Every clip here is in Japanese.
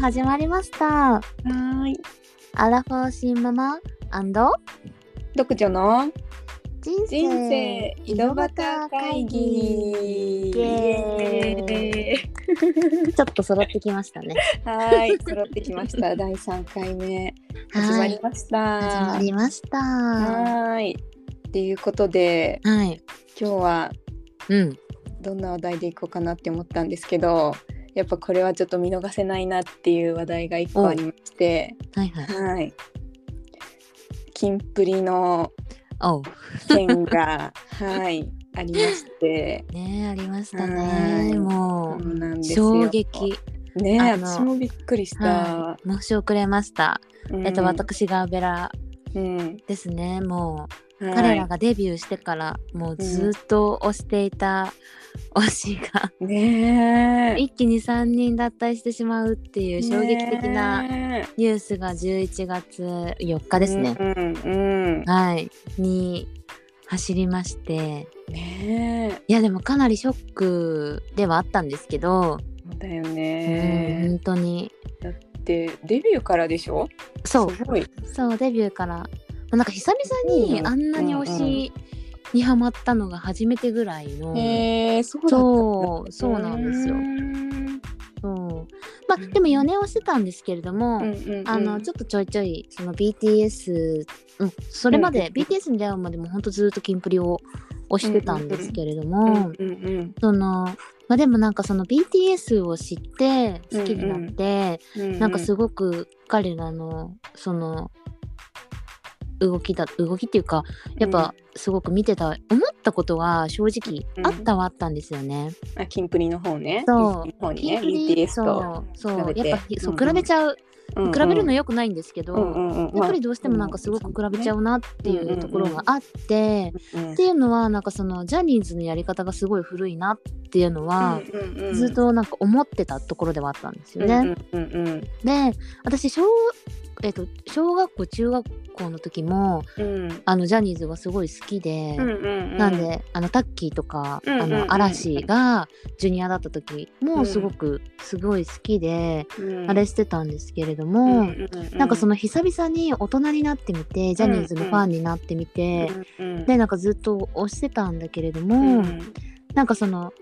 始まりました。ーい。アラフォー新ママ読女の人生人生井戸端会議。イエ ちょっと揃ってきましたね。ーイはい、揃ってきま した。第三回目 始まりました。はい始まりました。ははーい。ということで、い。今日はうん。どんな話題でいこうかなって思ったんですけど、やっぱこれはちょっと見逃せないなっていう話題が一個ありまして、はいはい。はい。キンプリのおう。件が はいありまして、ねえありましたはね。いもそうなんうですよ衝撃。ねあえの私もびっくりした、は申し遅れました。うんえっと私がアベラうんですね。もうはい彼らがデビューしてからもうずっと推していた推しが。ね え一気に3人脱退してしまうっていう衝撃的なねニュースが11月4日えですね、うんうん、はいに走りましてうん、ねいやでもかなりショックではあったんですけど、えそうだようんね、本当にでデビューからでしょそうすごいそうデビューからまあなんか久々にうんあんなに推しにハマったのが初めてぐらいの、へえそうだそうそうなんですよう。んそうまあでも4年推してたんですけれども、うんうんうんあのちょっとちょいちょいその BTS、うん、それまで、うん BTS に出会うまでもほんとずっとキンプリを推してたんですけれども、うんうんうんそのまあでもなんかその BTS を知って好きになって、うんなんかすごく彼らのその動きだ動きっていうかやっぱすごく見てた、思ったことは正直あったはあったんですよね。あキンプリの方ねそうキンプリの方にキンねプリ BTS とそうそ比うべてやっぱひそううんうん比べちゃう、うんうん比べるの良くないんですけど、うんうんうんやっぱりどうしてもなんかすごく比べちゃうなっていうところがあって、うんっていうのはなんかそのジャニーズのやり方がすごい古いなっていうのは、うんうんうんずっとなんか思ってたところではあったんですよね。うんうんうんで私小,、えっと小学校中学校の時もうんあのジャニーズがすごい好きで。うんうんうなんであのタッキーとか、うんうんうんあの嵐がジュニアだった時もすごく、すごい好きで、うんあれしてたんですけれどうも、んうんうんなんかその久々に大人になってみてジャニーズのファンになってみて、うんうんでなんかずっと推してたんだけれどうも、んうんなんかその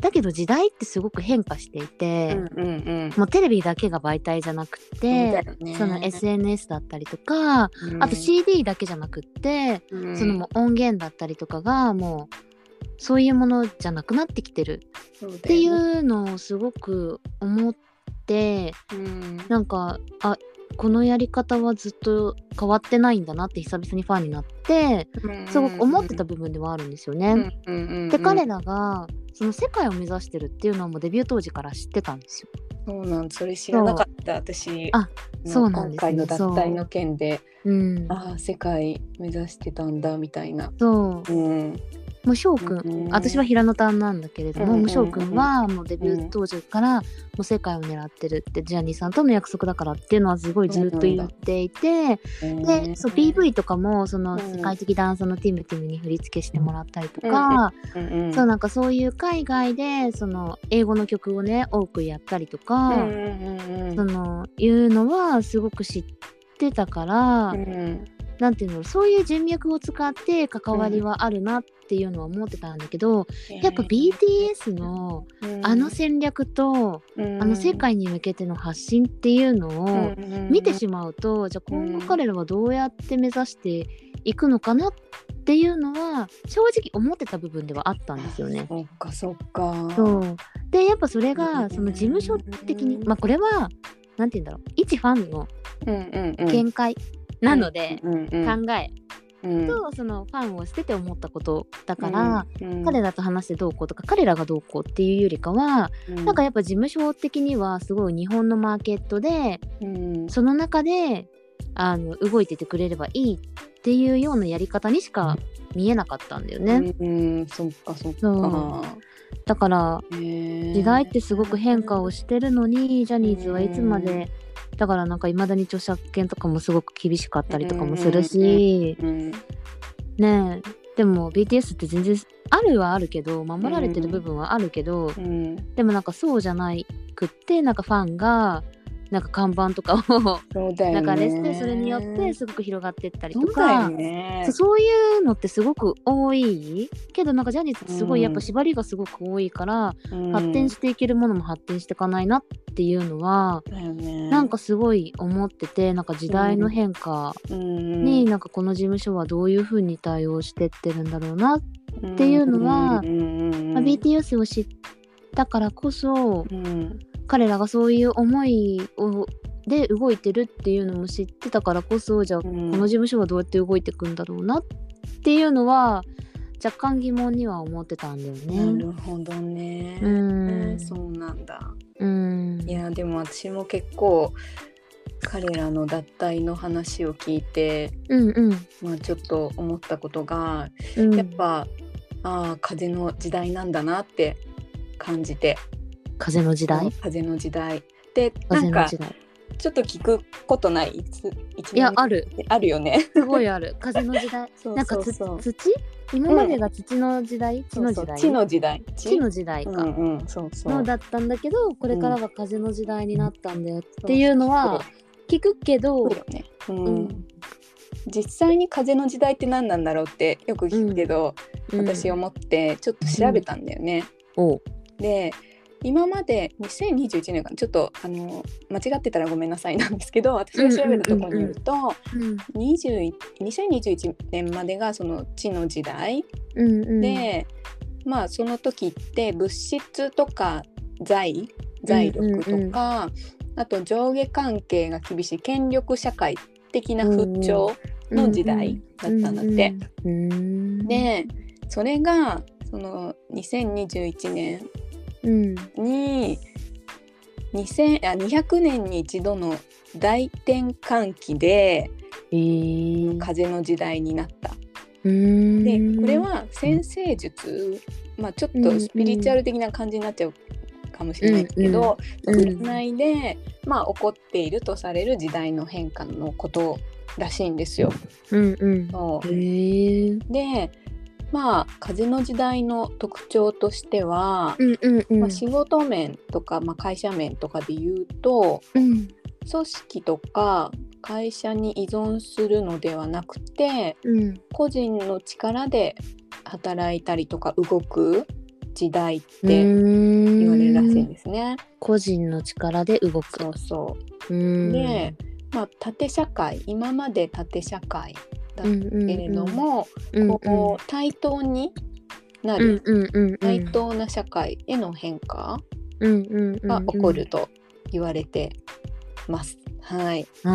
だけど時代ってすごく変化していて、うんうんもうテレビだけが媒体じゃなくて、その SNS だったりとか、あと CD だけじゃなくって、そのもう音源だったりとかがもうそういうものじゃなくなってきてるっっていうのをすごく思って。なんかあこのやり方はずっと変わってないんだなって久々にファンになってすごく思ってた部分ではあるんですよね。で彼らがその世界を目指してるっていうのはもうデビュー当時から知ってたんですよ。そうなんそれ知らなかった私あそうなんですね今回の脱退の件でうん、ああ世界目指してたんだみたいなそううんもう翔くん、うん私は平野丹なんだけれども、うんもう翔くんはもうデビュー当時からもう世界を狙ってるってジャニーさんとの約束だからっていうのはすごいずっと言っていて、でそう PV とかもその世界的ダンサーのティムティムに振り付けしてもらったりとか、うんうんうんそうなんかそういう海外でその英語の曲をね多くやったりとか、うんうんうんうそんのいうのはすごく知ってたから、うんなんていうのそういう人脈を使って関わりはあるなっていうのは思ってたんだけど、やっぱ BTS のあの戦略と、あの世界に向けての発信っていうのを見てしまうと、じゃあ今後彼らはどうやって目指していくのかなっていうのは正直思ってた部分ではあったんですよね。そっかそっか。そうでやっぱそれうがんその事務所的にまあこれは何て言うんだろう一ファンのうんうんうん。見解なのでうんう考んえうん。とそのファンをしてて思ったことだからうん、彼らと話してどうこうとか彼らがどうこうっていうよりかはななんか、やっぱ事務所的にはすごい日本のマーケットでうん、その中であの動いててくれればいいっていうようなやり方にしか見えなかったんだよね。うん、そっかそっそか。だから時時代ってすごく変化をしてるのにジャニーズはいつまでだからなんかいまだに著作権とかもすごく厳しかったりとかもするしうんねえでも BTS って全然あるはあるけど守られてる部分はあるけどうんでもなんかそうじゃないくってなんかファンがなんか看板とかをそう だよね流れしてそれによってすごく広がってったりとそうだよかねそうそういうのってすごく多いけどなんかジャニーズってすごういんやっぱ縛りがすごく多いから、うん発展していけるものも発展していかないなっていうのは、だよねなんかすごい思っててなんか時代の変化に、になんかこの事務所はどういうふうに対応してってるんだろうな、っていうのはまあ BTS を知ったからこそ彼らがそういう思いをで動いてるっていうのも知ってたからこそじゃあこの事務所はどうやって動いていくんだろうなっていうのは若干疑問には思ってたんだよなね。るほどねう。んねそうなんだ。うんいやでも私も結構彼らの脱退の話を聞いて、うんうんまあ、ちょっと思ったことが、うんやっぱああ風の時代なんだなって感じて風の時代風の時代でな風んのか時代ちょっと聞くことないいつ一いや年あるあるよね。すごいある風の時代 そうなんかそうつそう土今までが土の時代、地の時そうそう代地の時代地の時代か、うんうんそうそうのだったんだけどこれからは風の時代になったんだよっていうのは聞くけど、そうよね、うんうん実際に風の時代って何なんだろうってよく聞くけど、私うん思ってちょっと調べたんだよね。おうで今まで2021年かなちょっとあの間違ってたらごめんなさいなんですけど私が調べたところによると、うん20 2021年までがその地の時代うんうん、で、まあその時って物質とか財財力とか、うんうんうんあと上下関係が厳しい権力社会的な風潮の時代だったんだって。うんうん、でそれがその2021年うん、に2000あ200年に一度の大転換期でえー、風の時代になった。うんでこれは先生術、まあ、ちょっとスピリチュアル的な感じになっちゃうかもしれないけど、うんうんうん占いで、まあ、起こっているとされる時代の変化のことらしいんですよ。うんうんそうえー、でまあ風の時代の特徴としては、うんうんうんまあ、仕事面とか、まあ、会社面とかで言うとうん組織とか会社に依存するのではなくてうん個人の力で働いたりとか動く時代って言言われるらしいんですね。個人の力で動くそうそうう。んで、まあ縦社会今まで縦社会だうっんうんうんたけれども、うんうんこう対等になうんる、うんうんうん対等な社会への変化うんうんうんが起こると言われてます。はい。あ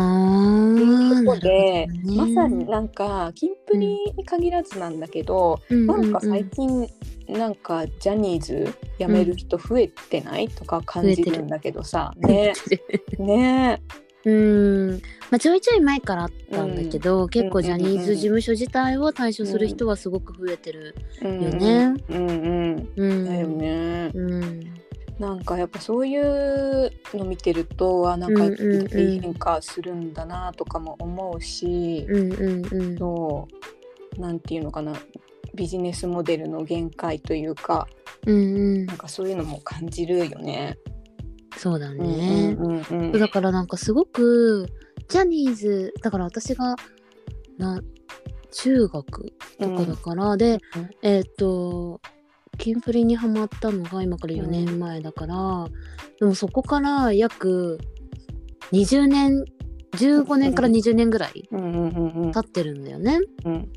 ーということなで、るほどねまさになんかキンプリに限らずなんだけど、なんか最近なんかジャニーズ辞める人増えてない、とか感じるんだけどさねね うんまあ、ちょいちょい前からあったんだけど、結構ジャニーズ事務所自体を退所する人はすごく増えてるうんよね。うんうんうだよんね、うんなんかやっぱそういうの見てるとあなんかうんうんうんいい変化するんだなとかも思うし、うんうんうんそうなんていうのかなビジネスモデルの限界というかうんうんなんかそういうのも感じるよね。そうだうんね、うんうんうんだからなんかすごくジャニーズだから私がな中学とかだから、でうんえーっ、とキンプリにハマったのが今から4年前だから、でもそこから約20年15年から20年ぐらいうんうんうんうん経ってるんだよね。うん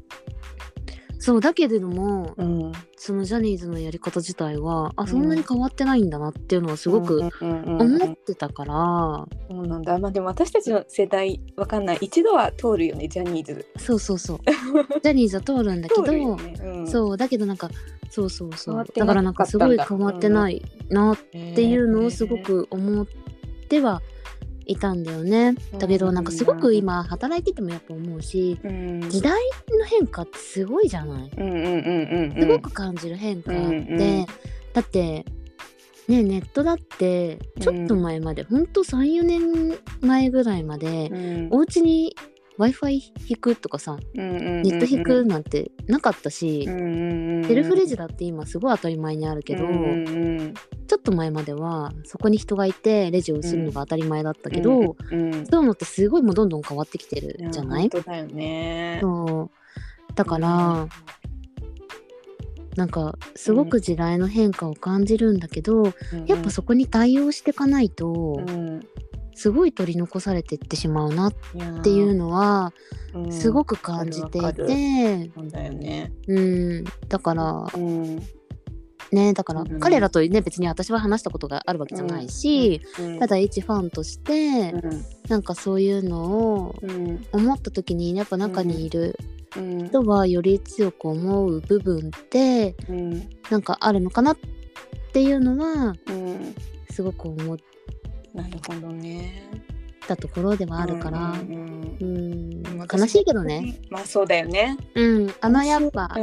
そうだけれどもうんそのジャニーズのやり方自体はあそんなに変わってないんだなっていうのはすごくうんうんうんうん思ってたから、そうなんだまあでも私たちの世代わかんない一度は通るよねジャニーズそうそう そうジャニーズは通るんだけ通ど、るよね、うん、そうだけどなんかそうそう変そわっうてだなかったんだからなんかすごい変わってないなっっていうのをすごく思ってはいたんだよね。だけどなんかすごく今働いててもやっぱ思うしうん時代の変化ってすごいじゃないうんうんうんうんすごく感じる変化があって、うんうんだってねネットだってちょっと前まで、ほんと34年前ぐらいまで、うんお家に w i f i 引くとかさネネット引くなんてなかったし、セセルフレジだって今すごい当たり前にあるけど、ちょっと前まではそこに人がいてレジをするのが当たり前だったけど、そういうのってすごいもうどんどん変わってきてるじゃない本当だよね。そうだから、なんかすごく時代の変化を感じるんだけど、うんやっぱそこに対応していかないと、うんすごい取り残されてってしまうなっやーていうのはうんすごく感じていわかて、そうだよね。うんだからうんねだからうん彼らとね別に私は話したことがあるわけじゃないし、ただ一ファンとして、なんかそういうのをうん思った時にやっぱ中にいるうん人はより強く思う部分ってうんなんかあるのかなっていうのはうんすごく思っなるほどね。たところではあるから、うんううんんうん私悲しいけどね、まあそうだよね。うん、あのやっぱうん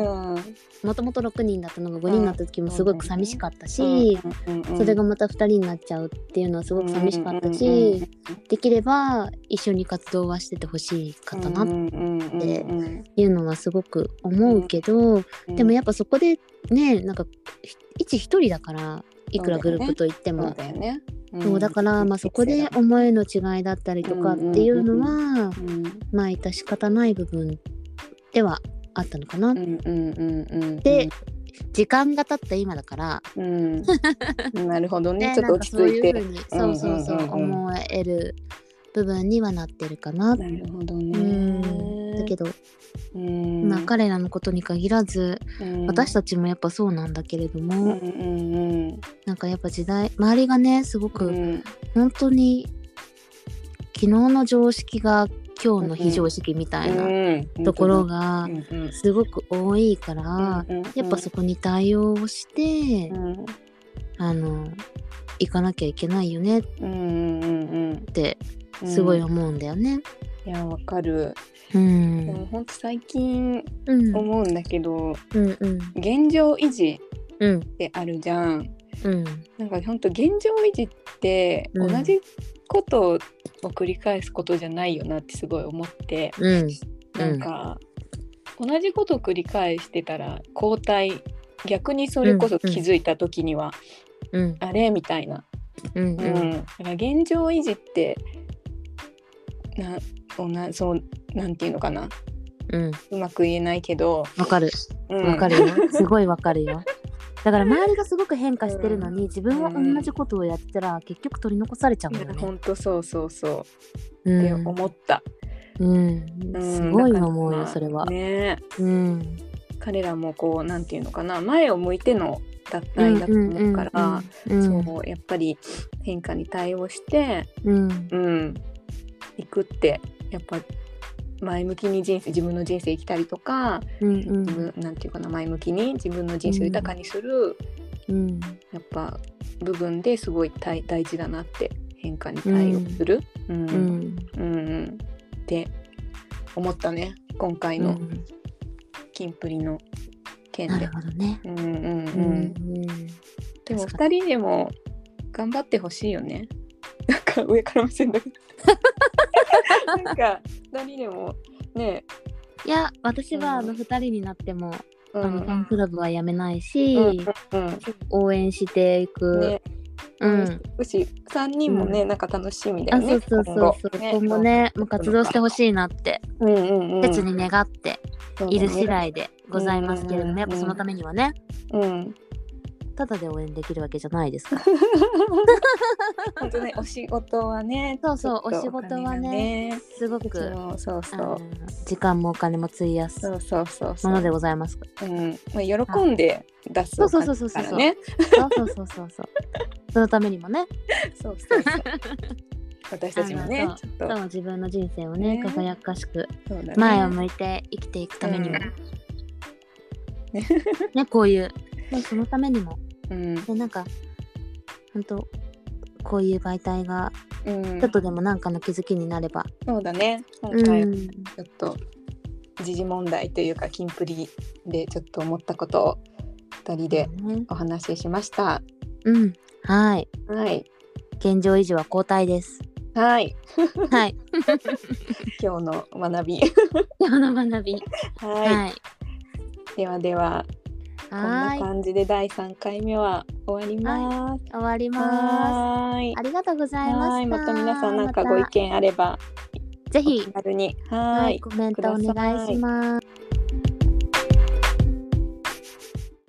もともと6人だったのが5人になった時もすごく寂しかったし、うんうんそれがまた2人になっちゃうっていうのはすごく寂しかったし、できれば一緒に活動はしててほしかったなうっんうんうんうんていうのはすごく思うけど、うんでもやっぱそこでねなんかひ一一人だからいくらグループといってそもう。だよね。んそうだから、まあ、そこで思いの違いだったりとかっていうのは、うんまあ致し方ない部分ではあったのかな。うんうんうんうんで時間が経った今だから、 うん、なるほどねねちょっと落ち着いてなんかそういうふうにそうそうそううんうんうんうん思える部分にはなってるかな。なるほどうねんだけど、うんまあ、彼らのことに限らず、うん私たちもやっぱそうなんだけれどうんも、うんなんかやっぱ時代周りがねすごうんうくん本当に昨日の常識が今日の非常識みたいなうんところがうんうんすごく多いから、うんうんやっぱそこに対応をして、うんあの行かなきゃいけないよねっうんうんうんてうんすごいい思うんだよね。やわかるうん、でもほんと最近うん、思うんだけどうんうん現状維持うんってあるじゃんうんなんかほんと現状維持ってう同んじことを繰り返すことじゃないよなってすごい思ってうんなんか、同じことを繰り返してたら交代逆にそれこそ気づいた時にうは、んあれみたいな、うんうんだから現状維持ってなおなそうなんていうのかなうんうまく言えないけど、わかるうんわか るよ、すごいわかるよ。だから周りがすごく変化してるのに、自分は同じことをやってたら結局取り残されちゃうんいだやよね。ほんとそうそうそううってん思った、うんうんすごいだから思うまあよそれは。ねうん彼らもこうなんていうのかな前を向いての脱退だと思うから、うんそうやっぱり変化に対応してうんうん、行くってやっぱ前向きに人生自分の人生生きたりとか、うんう自ん分なんていうかな前向きに自分の人生を豊かにする、うんやっぱ部分ですごい大大事だなって変化に対応する、うんううんんうんって思ったね今回うのんキンプリの件なでる。ほどね。うんうんうんうんでも確か2人でも頑張ってほしいよね。 なんか上から目線だけ ど。なんか2人でもね、いや私はあうんの2人になっても、うあのファンんクラブはやめないし、うん応援していうん、く、ね、うん、もし3人もね、うなんか楽しみだあよね。そうそうそうそう今後ねもう活動してほい。しいなってうんうんうん、別に願っている次第でございますけれども、うんやっぱそのためにはねそうだね。うん。ただで応援できるわけじゃないです から本当ね、お仕事はね、そうそうちょっとお仕事はね金がねすごそくうそうあそのう。時間もお金も費やすそうそうそうそもう。のでございますうん、まあ喜んで出すそうそうそうそうそ感じうかそらうね。そうそうそうそう そのためにもねそうそ うそう。私たちもねあの、ちょっそうと自分の人生をねね輝かしくそうだね前を向いて生きていくためにも、うんねねこういう、ね、そのためにもうん、でなんか本当こういう媒体がうんちょっとでもなんかの気づきになれば、そうだね。今うん回はちょっと時事問題というか、キンプリでちょっと思ったことを二人でねお話ししました。うんはいはい、 現状維持は交代ですはい。はい。今日の学び。今日の学び。はい。はい。ではでは、こんはなーい。感じで第三回目は終わります。終わりまはーいす。あ。りがとうございまはーい。した。また皆さんなんかまごた意見あれば、ぜおひ気、軽に。ははーい、い。コメントお願いします。